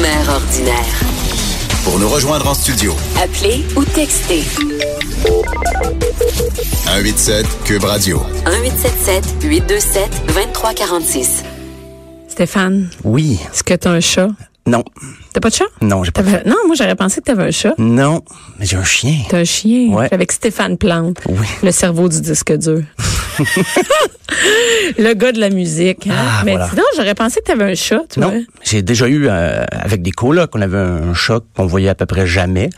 Mère ordinaire. Pour nous rejoindre en studio, Appelez ou textez 187 Cube Radio. 1877 827 2346. Stéphane, Oui. est-ce que t'as un chat? Non. T'as pas de chat? Non, j'ai pas. T'avais- Non, moi j'aurais pensé que t'avais un chat. Non. Mais j'ai un chien. T'as un chien. Ouais. Je suis Avec Stéphane Plante. Oui. Le cerveau du disque dur. le gars de la musique. hein. Ah, Mais voilà. sinon, j'aurais pensé que t'avais un chat, tu vois. Non, j'ai déjà eu euh, avec des colocs, on avait un, un chat qu'on voyait à peu près jamais.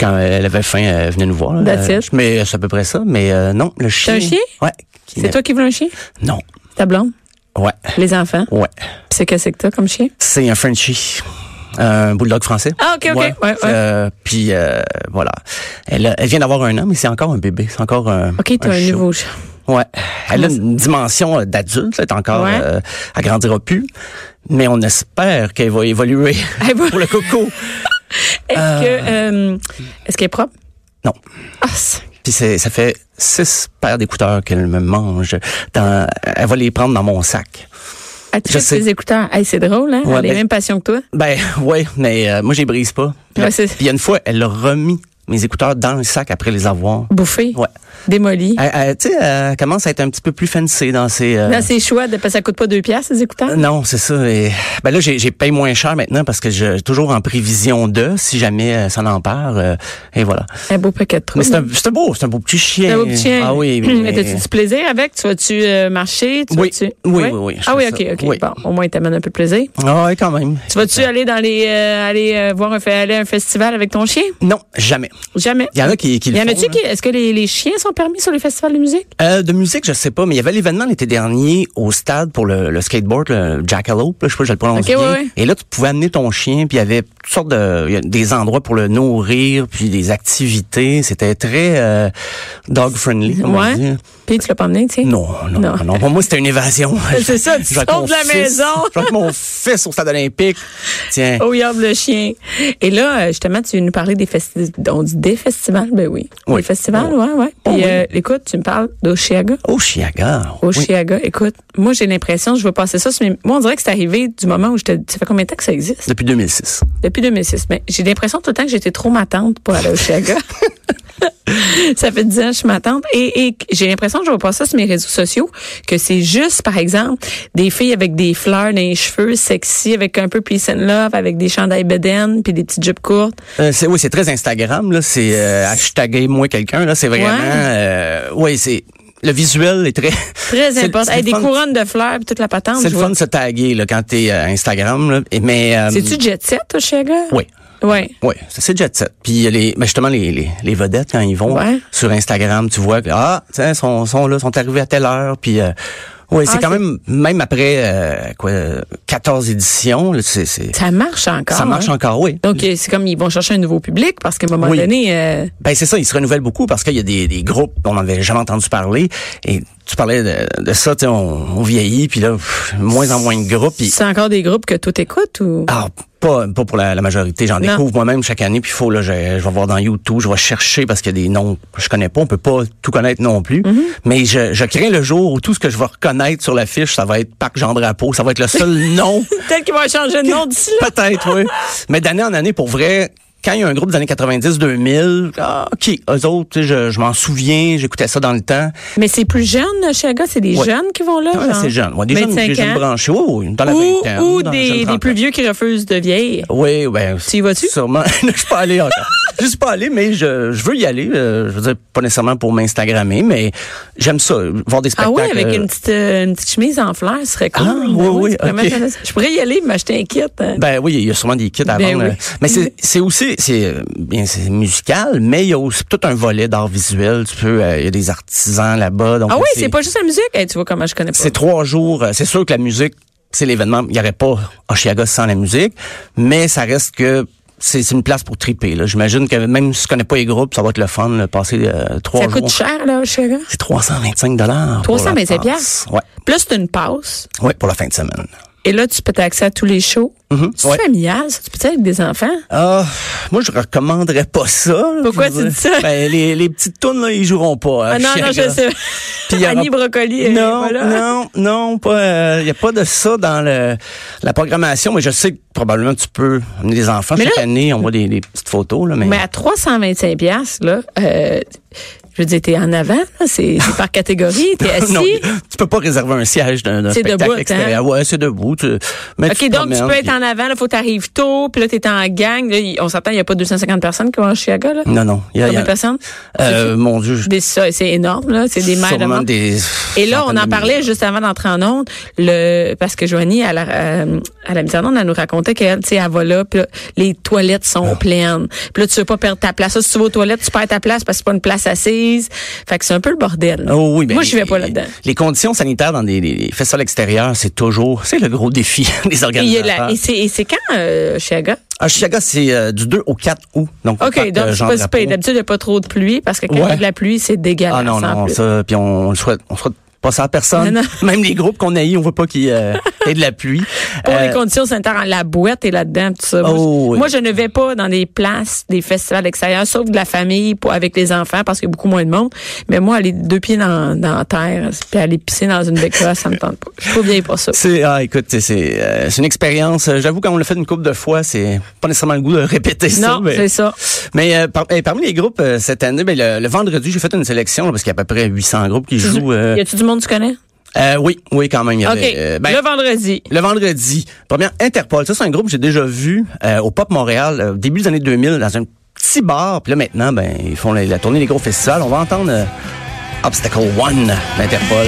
Quand elle avait faim, elle venait nous voir. là. That's Euh, it. Mais c'est à peu près ça. Mais euh, non, le chien. un chien? Ouais. C'est toi qui veux un chien? Non. Ta blonde? Ouais. Les enfants? Ouais. Puis c'est qu'est-ce que t'as comme chien? C'est un Frenchie. Un bulldog français. Ah, ok, ok. Ouais. Ouais, ouais. Euh, puis euh, voilà. Elle, a- elle vient d'avoir un an, mais c'est encore un bébé. C'est encore un. OK, t'as un, chat. nouveau chat. Ouais. Elle a une dimension euh, d'adulte, là, elle est encore, Ouais. euh, elle grandira plus, mais on espère qu'elle va évoluer Elle va- pour le coco. Est-ce Ah. que, euh, est-ce qu'elle est propre? Non. Ah, c'est- Puis c'est, ça fait six paires d'écouteurs qu'elle me mange. Dans- elle va les prendre dans mon sac. elle tripe sais. ses écouteurs. Hey, c'est drôle, hein? Ouais, elle est ben- même passion que toi. Ben ouais, mais euh, moi je les brise pas. Puis Ouais, la- c'est- puis il y a une fois, elle a remis mes écouteurs dans le sac après les avoir. Bouffée. Ouais. Démolie. Elle, elle- tu sais, elle commence à être un petit peu plus fancy dans ses. euh, Dans ses choix, de, parce que ça coûte pas deux piastres, les écouteurs. Non, c'est ça. Et, ben là, j'ai j'ai payé moins cher maintenant parce que je toujours en prévision de si jamais euh, ça n'empare. et voilà. Un beau paquet de Mais trucs. c'est un, c'est un beau, c'est un beau petit chien. Un beau petit chien. Ah oui. Mais t'as-tu du plaisir avec? Tu vas-tu euh, marcher? Tu Oui. vas-tu- Oui, oui, oui, je Ah oui, fais OK, ça. OK. Oui. Bon, au moins, il t'amène un peu de plaisir. Ah ouais, quand même. Tu vas-tu aller dans les euh, aller euh, voir un, fe- aller à un festival avec ton chien? Non, jamais. Jamais. Il y en a qui, qui Il le y en font, hein. a-tu là. qui. Est-ce que les, les chiens sont permis sur les festivals de musique? Euh, de musique, je sais pas, mais il y avait l'événement l'été dernier au stade pour le, le skateboard, le Jackalope, là, je sais pas si je le prononce Ok, bien. ouais, ouais. Et là, tu pouvais amener ton chien, puis il y avait toutes sortes de il y a des endroits pour le nourrir, puis des activités. C'était très euh, dog friendly, comme on dit. Puis tu l'as pas emmené, tu sais? Non, non, Non. non, non. Pour moi, c'était une évasion. C'est ça, tu Je vais avec sors mon de la fils. maison. Je vais avec mon fils au stade olympique. Tiens. Au yard Oh, le chien. Et là, euh, justement, tu nous parlais des festivals. On dit des festivals, ben oui. Oui. Oh. Des festivals, ouais, ouais. Puis, euh, écoute, tu me parles d'Oshiaga. Oshiaga. Au Oui. Chiaga, écoute, moi j'ai l'impression, je veux passer ça, sur mes- moi on dirait que c'est arrivé du moment où j'étais, ça fait combien de temps que ça existe? Depuis 2006. Depuis 2006, mais j'ai l'impression tout le temps que j'étais trop ma tante pour aller au Chiaga. ça fait 10 ans que je suis ma tante et, et j'ai l'impression, je vois passer ça sur mes réseaux sociaux, que c'est juste, par exemple, des filles avec des fleurs dans les cheveux, sexy, avec un peu peace and love, avec des chandails bedaines, puis des petites jupes courtes. Euh, c'est oui, c'est très Instagram là, c'est euh, hashtagger moi quelqu'un là, c'est vraiment Ouais. euh, ouais, c'est le visuel est très Très c'est- important. c'est Hey, le des fun- couronnes de fleurs, puis toute la patente. C'est je le vois. fun de se taguer là quand t'es euh, Instagram là, Et- mais euh, C'est-tu jet set au Chiaga? Oui. Oui. Oui, ça c'est jet set. Puis il y a les, ben, justement les, les, les vedettes quand ils vont Ouais. sur Instagram, tu vois que ah, tiens, sont sont là, sont arrivés à telle heure puis euh, ouais, Ah, c'est quand c'est- même même après euh, quoi euh, 14 éditions, là, c'est c'est- Ça marche encore. ça marche hein? encore, oui. Donc, euh, c'est comme ils vont chercher un nouveau public parce qu'à un moment Oui. donné, euh, Ben c'est ça, ils se renouvellent beaucoup parce qu'il y a des, des groupes on n'avait jamais entendu parler et tu parlais de, de ça, tu sais, on, on vieillit puis là pff, moins en moins de groupes puis c'est encore des groupes que tout écoute ou. ah, pas, pas pour la, la majorité, j'en Non. découvre moi-même chaque année puis faut là je, je vais voir dans YouTube, je vais chercher parce qu'il y a des noms que je connais pas, on peut pas tout connaître non plus, Mhm. mais je, je crains le jour où tout ce que je vais reconnaître sur l'affiche, ça va être Parc Jean Drapeau, ça va être le seul nom Peut-être qu'ils vont changer de nom d'ici là. Peut-être, oui. Mais d'année en année, pour vrai, quand il y a un groupe des années 90-2000, ah, OK, eux autres, tu sais, je, je m'en souviens, j'écoutais ça dans le temps. Mais c'est plus jeune, Chaga, c'est des Ouais. jeunes qui vont là. Ouais, Ah, genre? c'est jeune. Ouais, des jeunes, 25 des jeunes ans. branchés, oui, Oh, oui, dans la Ou, vingtaine. ou dans la jeune des, des trentaine. plus vieux qui refusent de vieillir. Oui, ben. Tu y vas-tu? Sûrement. je suis pas allé encore. je suis pas allé, mais je, je veux y aller. euh, je veux dire, pas nécessairement pour m'instagrammer, mais j'aime ça, voir des Ah spectacles. oui, avec euh, une petite, euh, une petite chemise en fleurs, ce serait cool. Ah, Ben oui, oui, c'est vraiment ok. intéressant. Je pourrais y aller, mais je t'inquiète. hein. Ben oui, il y a sûrement des kits à Ben vendre. oui. euh, Mais c'est c'est aussi c'est euh, bien c'est musical, mais il y a aussi tout un volet d'art visuel. Tu peux euh, il y a des artisans là-bas. Donc ah oui, c'est pas juste la musique. Hey, tu vois comment je connais pas. c'est trois jours. euh, C'est sûr que la musique c'est l'événement. Il n'y aurait pas Oshiaga sans la musique, mais ça reste que c'est c'est une place pour triper. là. J'imagine que même si tu connais pas les groupes, ça va être le fun de passer euh, trois Ça jours. coûte cher, là, Oshiaga? C'est 325 dollars. 325 pièces. Ouais. Plus d'une passe. Ouais, pour la fin de semaine. Et là, tu peux t'accéder à tous les shows. C'est Mm-hmm. ouais. familial, ça. Tu peux être avec des enfants. Ah, moi je recommanderais pas ça. là, Pourquoi je veux tu dire. dis ça? Ben, les, les petites tounes là, ils joueront pas. hein, à Ah non, non, je Chicago. sais. Puis il y aura- Annie Brocoli. elle est non, pas là. non, non, pas. Il n'y a pas de ça dans le, la programmation, mais je sais que probablement tu peux amener des enfants Mais chaque là- année. On voit des, des petites photos là, mais, Mais à 325 pièces là, euh, je veux dire, t'es en avant, là, c'est c'est par catégorie, t'es assis. non, tu peux pas réserver un siège d'un d'un C'est spectacle debout, hein? extérieur. Ouais, c'est debout. Tu, mais OK, te donc tu promènes, peux être puis- en avant, là, faut t'arrives tôt, puis là, t'es en gang. Là, il- on s'entend, il n'y a pas 250 personnes qui vont à Chicago, là? Non, non. il y a- il y Combien a- de personnes? Euh, mon Dieu. je- Des- ça, C'est énorme, là. C'est des mères de sûrement monde. des Et là, on centaines en de parlait milliers. juste avant d'entrer en onde, le parce que Joanie, à la, euh, à la mise en onde, elle nous racontait qu'elle, tu sais, elle va là, puis là, les toilettes Ah. sont pleines. Puis là, tu veux pas perdre ta place. Ça, si tu vas aux toilettes, tu perds ta place parce que c'est pas une place assise. Fait que c'est un peu le bordel. Oh oui, ben, Moi, je vais pas les- là-dedans. Les conditions sanitaires dans des, des- des festivals extérieurs, c'est toujours, c'est le gros défi Et, des il y a organisateurs. la- et c'est et c'est quand, euh, Chiaga? À Chicago, c'est euh, du 2 au 4 août. Donc, OK, au parc, donc euh, c'est Jean pas si Drapeau. pire. D'habitude, il n'y a pas trop de pluie parce que quand il y a Ouais. de la pluie, c'est dégueulasse. Ah non, en non, plus. ça, puis on, le souhaite, on souhaite pas ça à personne. Non, Même les groupes qu'on a eu, on veut pas qu'il y ait de la pluie. Pour Euh, les conditions sanitaires, la boîte est là-dedans, tout ça. Moi, Oh, je- oui. moi, je ne vais pas dans des places, des festivals extérieurs, sauf de la famille, pour, avec les enfants, parce qu'il y a beaucoup moins de monde. Mais moi, aller deux pieds dans, dans la terre, puis aller pisser dans une bécrosse, ça me tente pas. Je suis trop vieille pour ça. c'est ah écoute c'est c'est, euh, c'est une expérience Euh, j'avoue quand on l'a fait une couple de fois c'est pas nécessairement le goût de répéter ça Non, mais- c'est ça. Mais euh, par- eh, parmi les groupes euh, cette année, ben, le, le vendredi, j'ai fait une sélection là, parce qu'il y a à peu près 800 groupes qui Tu- jouent. euh, Y a-tu du monde que tu connais? euh, oui, oui, quand même. il y OK. avait, euh, ben, le vendredi. le vendredi, première Interpol, ça c'est un groupe que j'ai déjà vu euh, au Pop Montréal euh, début des années 2000 dans un petit bar. Puis là maintenant, ben ils font la, la tournée des gros festivals. On va entendre euh, Obstacle One d'Interpol.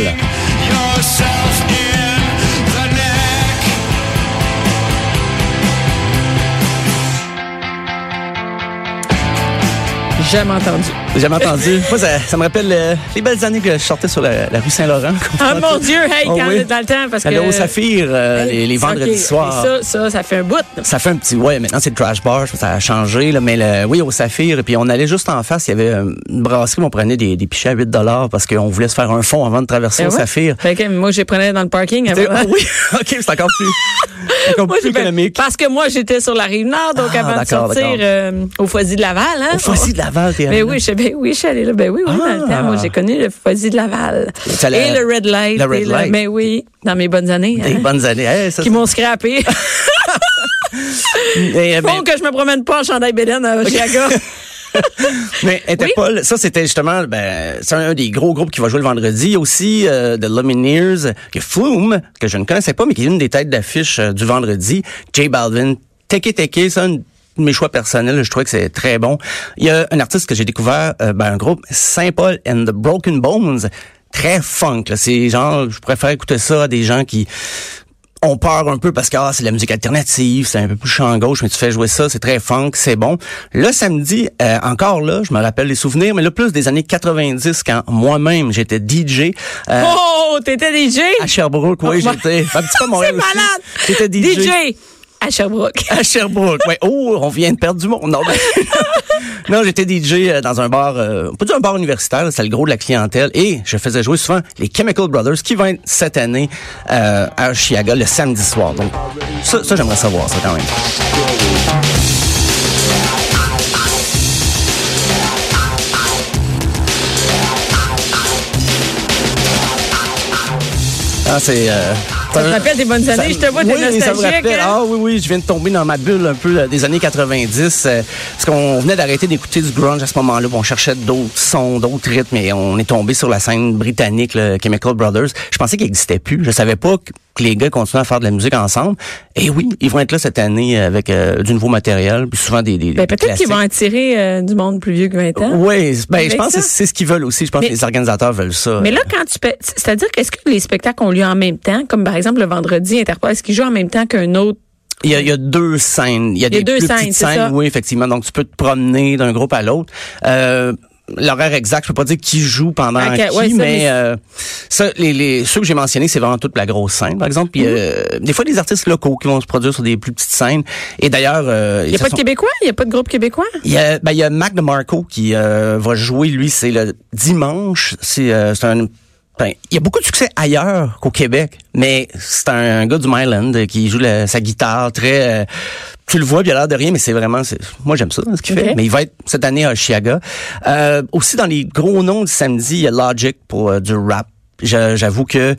yourself in the neck. Jamais entendu. J'ai jamais entendu. Moi, ça, ça me rappelle euh, les belles années que je sortais sur la, la rue Saint-Laurent. Ah mon Dieu, hey, Oh quand oui. dans le temps, parce Allô, que. au Saphir, euh, les, les vendredis OK. soirs. Et Ça, ça, ça fait un bout. là. Ça fait un petit ouais maintenant c'est le trash bar je pense que ça a changé là mais le oui au saphir et puis on allait juste en face il y avait euh, une brasserie où on prenait des, des pichets à 8 dollars parce qu'on voulait se faire un fond avant de traverser Ben au ouais. saphir. Fait que moi, je les prenais dans le parking. T'sais, avant. ah oui OK c'est encore plus c'est encore Moi, plus j'ai fait- économique. Parce que moi, j'étais sur la rive nord, donc Ah, avant de d'accord, sortir d'accord. euh, au Foisy de Laval. Hein, Au Foisy de Laval, t'es allée Ben oui, je, ben oui, je suis allée là. Ben oui, oui, dans le Ah. temps. Moi, j'ai connu le Foisy de Laval. T'es allée Et à- le Red Light. le Red et le- Light. Ben oui, dans mes bonnes années. des hein, bonnes années. Hey, ça, qui m'ont scrappé. c'est- eh, ben, Bon, que je me promène pas en chandail Bélène à Chicago. Mais Interpol, ça c'était justement ben, c'est un des gros groupes qui va jouer le vendredi. Il y a aussi euh, The Lumineers, il y a Flume, que je ne connaissais pas, mais qui est une des têtes d'affiche euh, du vendredi. J Balvin, Teke Teke, ça, un de mes choix personnels, je trouvais que c'est très bon. Il y a un artiste que j'ai découvert, euh, ben, un groupe, Saint Paul and the Broken Bones, très funk. là. C'est genre, je préfère écouter ça à des gens qui on part un peu parce que ah, c'est de la musique alternative, c'est un peu plus champ gauche, mais tu fais jouer ça, c'est très funk, c'est bon. Le samedi, euh, encore là, je me rappelle les souvenirs, mais le plus des années 90 quand moi-même j'étais DJ euh, oh, t'étais DJ? à Sherbrooke, oui, Oh, j'étais un petit peu à C'est Montréal aussi. malade! J'étais DJ. DJ à Sherbrooke. À Sherbrooke, ouais. Oh, on vient de perdre du monde. Non, ben- non j'étais DJ euh, dans un bar, euh, pas dire un bar universitaire, c'est le gros de la clientèle. Et je faisais jouer souvent les Chemical Brothers qui vont être cette année euh, à Chiaga le samedi soir. Donc, ça, ça j'aimerais savoir ça quand même. Ah, c'est... euh, Ça te rappelle des bonnes ça- années? je te vois, t'es oui, ça me nostalgique. rappelle. hein? Ah oui, oui, je viens de tomber dans ma bulle un peu euh, des années 90. euh, parce qu'on venait d'arrêter d'écouter du grunge à ce moment-là. puis On cherchait d'autres sons, d'autres rythmes. Et on est tombé sur la scène britannique, le Chemical Brothers. Je pensais qu'il n'existait plus. Je savais pas que que les gars continuaient à faire de la musique ensemble. Et oui, ils vont être là cette année avec euh, du nouveau matériel, puis souvent des, des, Ben, des peut-être qu'ils vont classiques. attirer euh, du monde plus vieux que 20 ans. Oui, ben, Avec je pense ça. que c'est ce qu'ils veulent aussi. Je pense Mais- que les organisateurs veulent ça. Mais là, quand tu peux, c'est-à-dire qu'est-ce que les spectacles ont lieu en même temps, comme par exemple le vendredi Interpol, est-ce qu'ils jouent en même temps qu'un autre? Il y, a, il y a deux scènes. Il y a, Il y a des deux plus scènes, petites c'est scènes, ça. oui, effectivement. Donc, tu peux te promener d'un groupe à l'autre. Euh, l'horaire exact, je peux pas dire qui joue pendant Ok, qui, ouais, ça, mais mais- euh, ça, les, les- ceux que j'ai mentionnés, c'est vraiment toute la grosse scène, par exemple. Mm-hmm. Puis euh, des fois, des artistes locaux qui vont se produire sur des plus petites scènes. Et d'ailleurs, euh, Il n'y a se pas de sont- Québécois? Il n'y a pas de groupe Québécois? il y a, ben, il y a Mac DeMarco qui euh, va jouer, lui, c'est le dimanche. C'est euh, c'est un... ben, il y a beaucoup de succès ailleurs qu'au Québec, mais c'est un, gars du Myland euh, qui joue la- sa guitare très... euh, tu le vois, puis il a l'air de rien, mais c'est vraiment... c'est- Moi, j'aime ça, ce qu'il Ok. fait. Mais il va être cette année à Chiaga. Euh, aussi, dans les gros noms du samedi, il y a Logic pour euh, du rap. Je- J'avoue que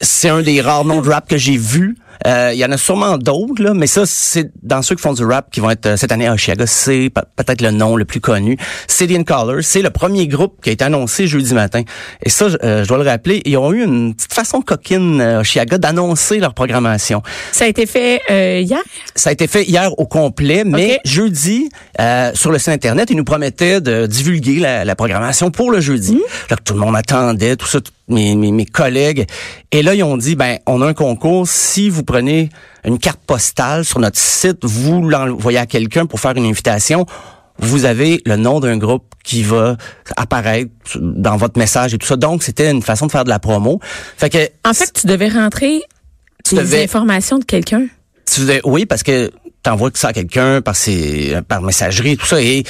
c'est un des rares noms de rap que j'ai vu. Euh, Il y en a sûrement d'autres, là, mais ça, c'est dans ceux qui font du rap qui vont être euh, cette année à Chicago, c'est pe- peut-être le nom le plus connu. City and Color, c'est le premier groupe qui a été annoncé jeudi matin. Et ça, je- euh, je dois le rappeler, ils ont eu une petite façon coquine euh, à Chicago d'annoncer leur programmation. Ça a été fait euh, hier? Ça a été fait hier au complet, mais Ok. jeudi, euh, sur le site Internet, ils nous promettaient de divulguer la, la programmation pour le jeudi. Hmm. Là, tout le monde attendait, tout ça, tout- mes, mes, mes collègues. Et là, ils ont dit, ben, on a un concours. Si vous prenez une carte postale sur notre site, vous l'envoyez à quelqu'un pour faire une invitation, vous avez le nom d'un groupe qui va apparaître dans votre message et tout ça. Donc, c'était une façon de faire de la promo. Fait que, En fait, tu devais rentrer des devais- informations de quelqu'un. tu faisais- oui, parce que t'envoies ça à quelqu'un par ses, par messagerie et tout ça. Et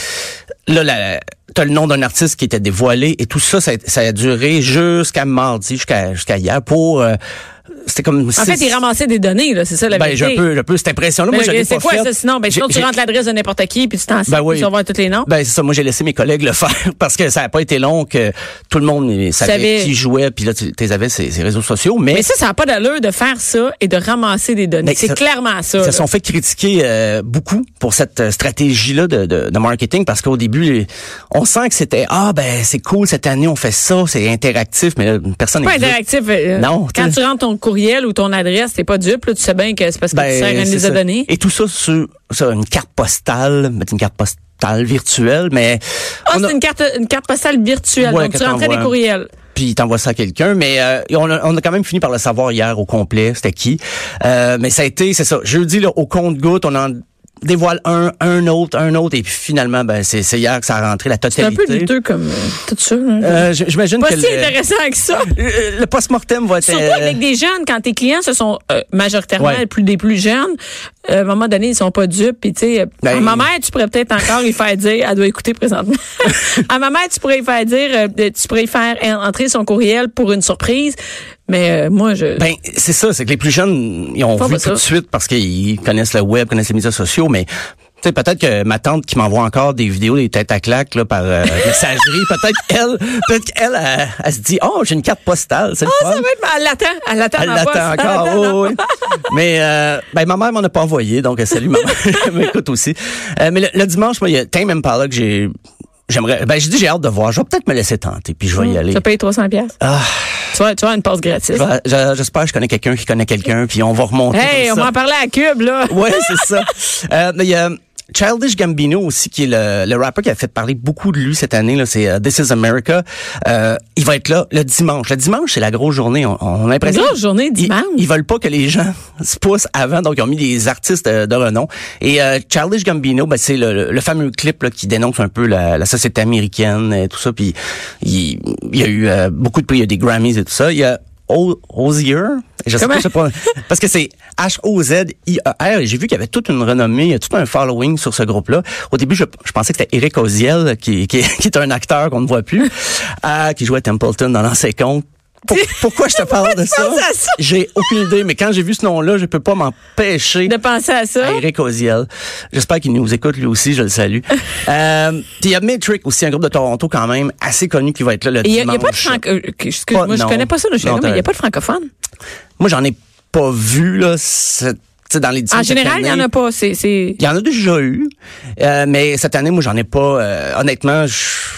là, la- t'as le nom d'un artiste qui était dévoilé et tout ça, ça, a- ça a duré jusqu'à mardi, jusqu'à jusqu'à hier pour. euh, c'était comme. En fait, ils ramassaient des données, là, c'est ça la Ben, j'ai vérité. un peu, j'ai un peu cette impression-là. Mais Moi, je l'ai c'est pas quoi faite. ça sinon? Ben, J'ai- sinon, tu j'ai- rentres l'adresse de n'importe qui, puis tu t'en sers, Ben oui. puis tu vas voir tous les noms. Ben, c'est ça. Moi, j'ai laissé mes collègues le faire parce que ça n'a pas été long que tout le monde euh, savait, savais. qui jouait, puis là, tu les avais ces, ces réseaux sociaux. mais ça, ça n'a pas d'allure de faire ça et de ramasser des données. Ben, c'est ça- clairement ça. Ils là. se sont fait critiquer euh, beaucoup pour cette euh, stratégie-là de, de, de marketing parce qu'au début, les- on sent que c'était ah ben c'est cool cette année on fait ça, c'est interactif, mais là, personne pas n'est dupe. interactif. euh, Non, Quand tu- tu rentres ton courriel ou ton adresse, t'es pas dupe, là, tu sais bien que c'est parce que tu sers Ben, une c'est liste de ça. données. Et tout ça sur, sur une carte postale, mais une carte postale virtuelle, mais Ah, on a- c'est une carte, une carte postale virtuelle. Ouais, donc, que tu rentrais des t'envoies. courriels. puis t'envoies ça à quelqu'un, mais euh, on, a, on a quand même fini par le savoir hier au complet, c'était qui. Euh, mais ça a été, c'est ça, jeudi là, au compte-goutte, on en dévoile un, un autre, un autre, et puis finalement, ben c'est c'est hier que ça a rentré la C'est un totalité. peu douteux comme euh, tout ça. là. Euh, j- J'imagine pas que si le, intéressant que ça. le- le post-mortem va être... Surtout euh, avec des jeunes, quand tes clients, ce sont euh, majoritairement Ouais. plus des plus jeunes, euh, à un moment donné, ils sont pas dupes. Puis, tu sais, euh, Ben, à ma mère, tu pourrais peut-être encore y faire dire, elle doit écouter présentement. à ma mère, tu pourrais y faire dire, euh, de- tu pourrais y faire en- entrer son courriel pour une surprise. Mais euh, moi, je... ben, c'est ça, c'est que les plus jeunes, ils ont Faut vu pas tout de ça. suite parce qu'ils connaissent le web, connaissent les médias sociaux, mais tu sais, peut-être que ma tante qui m'envoie encore des vidéos des têtes à claque là, par euh, messagerie, peut-être qu'elle, peut-être qu'elle, elle, elle se dit, oh, j'ai une carte postale, c'est le Ah, fun. ça va être... Elle l'attend, elle l'attend Elle dans la poste. l'attend Elle encore. Oh, l'attend dans- oui, oui. mais euh, ben, ma mère m'en a pas envoyé, donc euh, salut maman. Elle m'écoute aussi. Euh, mais le, le dimanche, moi, il y a Tame Impala que j'ai... J'aimerais... Ben, je dis j'ai hâte de voir. Je vais peut-être me laisser tenter, puis je vais y aller. Hmm, Ça paye 300 piastres. Ah. Tu vas, tu vas avoir une passe gratis. Ben, je- J'espère que je connais quelqu'un qui connaît quelqu'un, puis on va remonter. Hey, on comme m'en ça. parlait à Cube, là. Ouais, c'est ça. Euh, mais il y a Childish Gambino aussi, qui est le, le rappeur qui a fait parler beaucoup de lui cette année. là, C'est euh, This Is America. Euh, il va être là le dimanche. Le dimanche, c'est la grosse journée. On, on a l'impression. Grosse journée, Ils- dimanche. Ils, veulent pas que les gens se poussent avant, donc ils ont mis des artistes euh, de renom. Et euh, Childish Gambino, ben, c'est le, le fameux clip là, qui dénonce un peu la, la société américaine et tout ça. Puis il, il y a eu euh, beaucoup de prix, il y a des Grammys et tout ça. Il y a O- Ozier, je sais Comment? pas ce pro- parce que c'est H O Z I E R et j'ai vu qu'il y avait toute une renommée, il y a tout un following sur ce groupe-là. Au début, je, je pensais que c'était Eric Oziel qui, qui, qui est un acteur qu'on ne voit plus, euh, qui jouait Templeton dans l'ancien compte. Pourquoi je te parle de ça? penses à ça? J'ai aucune idée, mais quand j'ai vu ce nom-là, je peux pas m'empêcher De penser à ça. à Eric Oziel. J'espère qu'il nous écoute lui aussi, je le salue. euh, puis il y a Matrix aussi, un groupe de Toronto quand même assez connu qui va être là le Il n'y a, dimanche. pas de franc... euh, Pas- Excuse-moi, je non. connais pas ça, le Non, chien, mais il n'y t'as- a pas de francophone. Moi, j'en ai pas vu là, cette- tu sais, dans les En différentes général, il n'y en a pas. C'est, c'est... Il y en a déjà eu, euh, mais cette année, moi, j'en ai pas. euh, honnêtement, je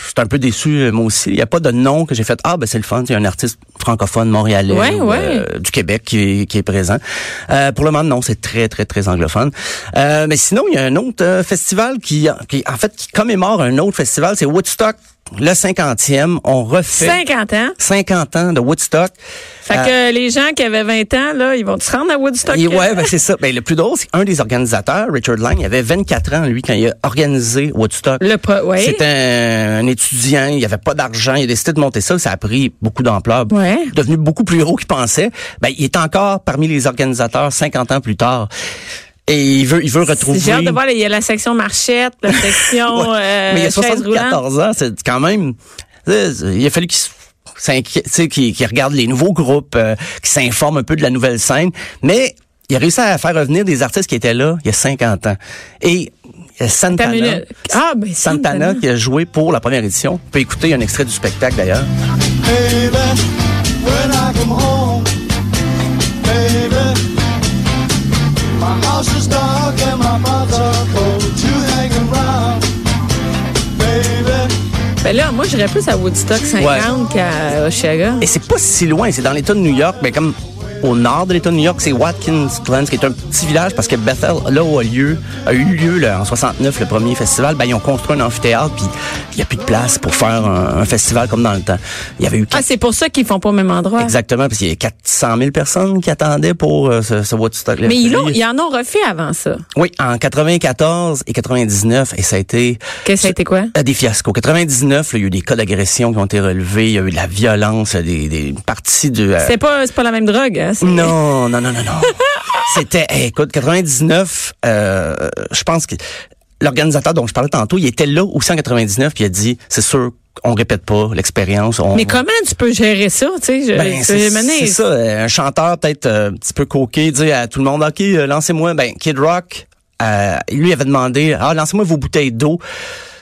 je suis un peu déçu, euh, moi aussi. Il n'y a pas de nom que j'ai fait. Ah, ben c'est le fun. Il y a un artiste francophone montréalais Ouais, ou, ouais. euh, du Québec qui est, qui est présent. Euh, pour le moment, non, c'est très, très, très anglophone. Euh, mais sinon, il y a un autre euh, festival qui, qui, en fait, qui commémore un autre festival. C'est Woodstock le 50e, on refait 50 ans. 50 ans de Woodstock. Fait Euh, que les gens qui avaient 20 ans, là, ils vont se rendre à Woodstock. Et ouais, ben c'est ça. Ben, le plus drôle, c'est un des organisateurs, Richard Lang, il avait 24 ans, lui, quand il a organisé Woodstock. Le pro- ouais. C'était un, un étudiant, il avait pas d'argent, il a décidé de monter ça, ça a pris beaucoup d'ampleur. Ouais. Devenu beaucoup plus gros qu'il pensait. Ben, il est encore parmi les organisateurs 50 ans plus tard. Et il veut, il veut retrouver... J'ai hâte de voir, là, il y a la section marchette, la section Ouais. euh, Mais il y a chaise roulante. 74 ans, c'est quand même. euh, Il a fallu qu'il s- s'inquiète, tu sais, qu'il qu'il regarde les nouveaux groupes, euh, qu'il s'informe un peu de la nouvelle scène. Mais il a réussi à faire revenir des artistes qui étaient là il y a 50 ans. Et euh, Attends une Santana, minute. Ah, ben, Santana Santana. qui a joué pour la première édition. On peut écouter un extrait du spectacle d'ailleurs. Baby, when I come home, baby, my house is dark and my thoughts are cold. You hanging round, baby. Ben là, moi, j'irais plus à Woodstock 50 qu'à Oshaga. Et c'est pas si loin, c'est dans l'État de New York, mais comme au nord de l'État de New York, c'est Watkins Glen, qui est un petit village parce que Bethel, là où a lieu, a eu lieu là, en 69 le premier festival, ben ils ont construit un amphithéâtre puis il y a plus de place pour faire un, un festival comme dans le temps. Il y avait eu Ah, quatre- c'est pour Ah, ça qu'ils font pas au même endroit. exactement parce qu'il y avait 400 000 personnes qui attendaient pour euh, ce, ce Woodstock. Mais ils, l'ont- ils en ont refait avant ça. Oui, en 94 et 99 et ça a été Qu'est-ce que ça a été quoi? à des fiascos. 99, là, il y a eu des cas d'agression qui ont été relevés, il y a eu de la violence, euh, des, des parties de euh, C'est pas, c'est pas la même drogue, hein? c'est- Non, non, non, non, non. C'était, hey, écoute, 99, euh, je pense que l'organisateur dont je parlais tantôt, il était là aussi en 99, puis il a dit, c'est sûr, on répète pas l'expérience. on- Mais comment tu peux gérer ça, tu sais? je- ben, je- c'est mener- c'est ça, euh, un chanteur peut-être euh, un petit peu coqué, dire à tout le monde, OK, euh, lancez-moi, ben, Kid Rock, euh, lui avait demandé, ah, lancez-moi vos bouteilles d'eau.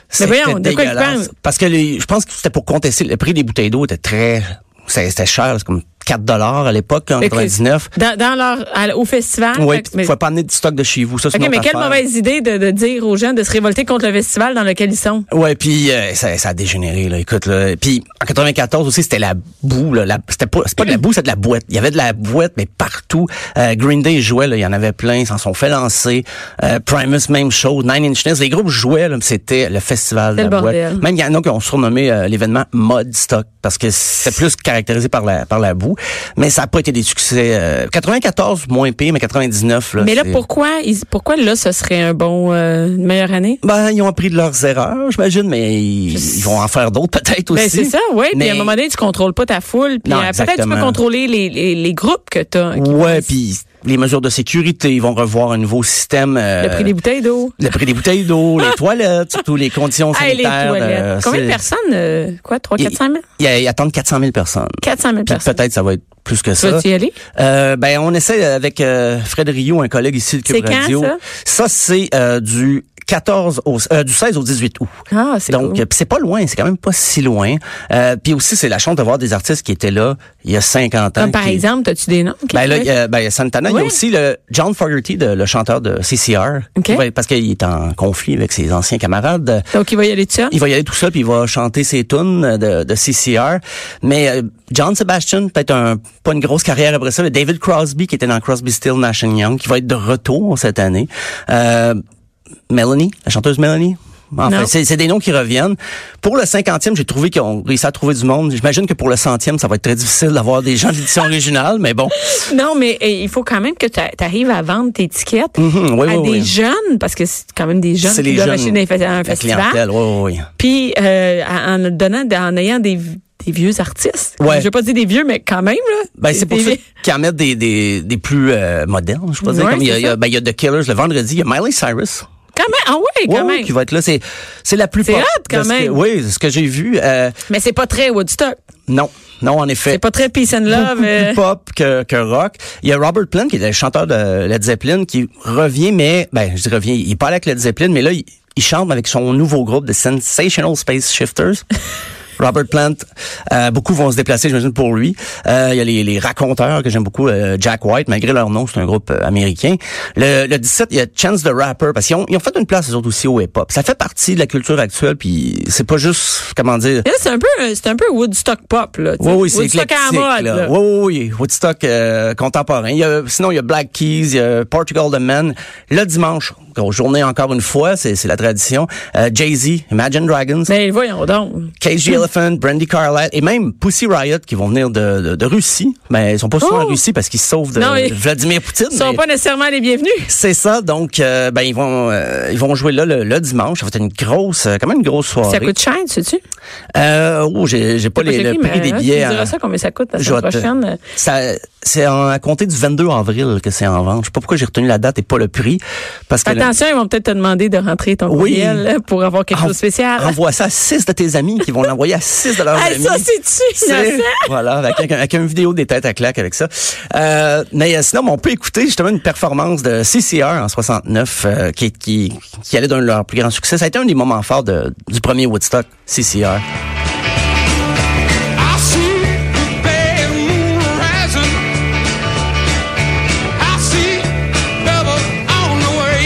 C'était Ben, voyons, de quoi il dégueulasse. parle? Parce que les- je pense que c'était pour contester, le prix des bouteilles d'eau était très, c'était c'était cher, c'est comme 4 dollars à l'époque, en Ok. 99. Dans, dans leur, à- au festival. Oui, fait- puis mais, faut pas amener du stock de chez vous, ça c'est OK, une mais autre quelle affaire. mauvaise idée de, de dire aux gens de se révolter contre le festival dans lequel ils sont. Ouais, puis euh, ça, ça a dégénéré là, écoute là. Puis en 94 aussi, c'était la boue là, la- c'était pas c'est pas de la boue, c'était de la boîte. Il y avait de la boîte mais partout. Euh, Green Day jouait là, il y en avait plein, ils s'en sont fait lancer. Euh, Primus même chose, Nine Inch Nails, les groupes jouaient là, mais c'était le festival de la C'était le boîte. bordel. Même il y en a qui ont surnommé euh, l'événement Mudstock parce que c'est plus caractérisé par la par la boue, mais ça a pas été des succès. euh, 94 moins pire, mais 99 là. mais là, c'est- pourquoi, ils- pourquoi là, ce serait un bon, euh, une meilleure année? Ben, ils ont appris de leurs erreurs, j'imagine, mais ils, ils vont en faire d'autres peut-être aussi. Ben, c'est ça, oui. Puis Mais- à un moment donné, tu contrôles pas ta foule. Puis Non, euh, peut-être tu peux exactement. contrôler les, les, les groupes que tu as. Ouais, puis les mesures de sécurité, ils vont revoir un nouveau système. euh, Le prix des bouteilles d'eau. le prix des bouteilles d'eau, les toilettes, surtout les conditions Ah, les sanitaires. toilettes. euh, Combien de c'est- personnes? euh, quoi, 3 Il- 400 000? Il y a- ils attendent 400 000 personnes. 400 000 Puis personnes. peut-être ça va être plus que Tu ça. vas-tu y aller? Euh, ben on essaie avec euh, Fred Rio, un collègue ici de C'est Cube quand, Radio. ça? c'est euh, du 14 au euh, du 16 au 18 août. Ah, c'est cool. Donc euh, puis c'est pas loin, c'est quand même pas si loin. Euh, puis aussi c'est la chance de voir des artistes qui étaient là il y a 50 ans. Comme par qui- exemple, t'as-tu des noms? Ben là, il y Quelqu'un? a- ben, il y a Santana, il y Oui. a aussi le John Fogerty, de- le chanteur de CCR, OK. qui va- parce qu'il est en conflit avec ses anciens camarades. Donc, il va y aller de ça? Il va y aller tout seul, puis il va chanter ses tunes euh, de, de CCR. Mais euh, John Sebastian, peut-être un, pas une grosse carrière après ça, mais David Crosby, qui était dans Crosby, Still, Nash and Young, qui va être de retour cette année. Euh, Melanie, la chanteuse Melanie. Enfin, Non. c'est c'est des noms qui reviennent. Pour le cinquantième, j'ai trouvé qu'ils ont réussi à trouver du monde. J'imagine que pour le centième, ça va être très difficile d'avoir des gens de l'édition originale, mais bon. Non, mais eh, il faut quand même que tu arrives à vendre tes tickets Mhm, oui, à oui, des oui. jeunes, parce que c'est quand même des jeunes C'est qui les doivent jeunes, acheter des fes- à un la festival. clientèle, oui, oui, oui. Puis, euh, en en donnant, en ayant des, des vieux artistes. Ouais. Je vais pas dire des vieux, mais quand même, là. Ben, c'est pour Des- ceux qui en mettent des, des, des plus euh, modernes, je peux dire. Ouais, Comme il y a, c'est il y a- ça. ben, il y a The Killers le vendredi, il y a Miley Cyrus. Quand même, ah ouais, Ouais, quand ouais, même. qui va être là. C'est, c'est la plus C'est pop hot, quand de ce que- même. oui, c'est ce que j'ai vu. euh, Mais c'est pas très Woodstock. non, non, en effet. C'est pas très Peace and Love. beaucoup euh. plus pop que, que rock. Il y a Robert Plant, qui est le chanteur de Led Zeppelin, qui revient, mais, ben, je dis revient, il est pas là avec Led Zeppelin, mais là, il, il chante avec son nouveau groupe, The Sensational Space Shifters. Robert Plant, euh, beaucoup vont se déplacer, j'imagine, pour lui. Euh, il y a les, les raconteurs que j'aime beaucoup, euh, Jack White, malgré leur nom, c'est un groupe euh, américain. Le, le 17, il y a Chance the Rapper, parce qu'ils ont, ils ont fait une place, eux autres aussi, au hip-hop. Ça fait partie de la culture actuelle, puis c'est pas juste, comment dire, Là, c'est un peu, euh, c'est un peu Woodstock pop, là. tu sais. oui, oui, c'est Woodstock éclectique. à la mode, là. là. Oui, oui, oui. Woodstock euh, contemporain. Il y a- sinon, il y a Black Keys, il y a Portugal The Man. Le dimanche, grosse journée encore une fois, c'est c'est la tradition. Euh, Jay-Z, Imagine Dragons, Mais voyons donc. Cage the Elephant, Brandy Carlisle et même Pussy Riot qui vont venir de, de, de Russie. Mais ils sont pas souvent Oh! en Russie parce qu'ils se sauvent de, Non, mais- de Vladimir Poutine. Ils sont mais- pas nécessairement les bienvenus. c'est ça, donc euh, ben ils vont euh, ils vont jouer là le, le dimanche. Ça va être une grosse, euh, quand même une grosse soirée. Ça coûte cher, sais-tu? Euh, oh, j'ai j'ai pas, J'ai pas les, le checké, prix mais, des hein, billets. Tu me hein. diras ça combien ça coûte la Je vais semaine euh, te- prochain. Ça, c'est en- à compter du 22 avril que c'est en vente. Je sais pas pourquoi j'ai retenu la date et pas le prix, parce que Attention, ils vont peut-être te demander de rentrer ton Oui. courriel euh, pour avoir quelque chose de spécial. Envoie ça à six de tes amis qui vont l'envoyer à six de leurs Hey, amis. ça, c'est-tu C'est- innocent? Voilà, avec, un- avec une vidéo des têtes à claque avec ça. Euh, mais euh, sinon, on peut écouter justement une performance de CCR en 69 euh, qui, qui, qui allait d'un de leurs plus grands succès. Ça a été un des moments forts de- du premier Woodstock, CCR. I see the bad moon rising. I see trouble on the way.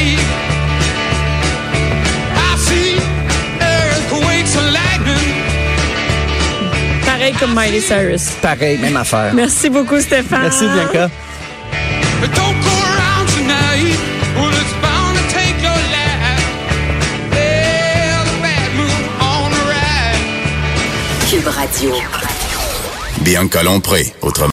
I see earthquakes and lightning. Pareil comme Miley Cyrus. Pareil, même affaire. Merci beaucoup, Stéphane. Merci, Bianca. But don't go around tonight. Well, it's bound to take your life. There's a bad moon on the rise. Cube Radio. Bianca Lompré, autrement.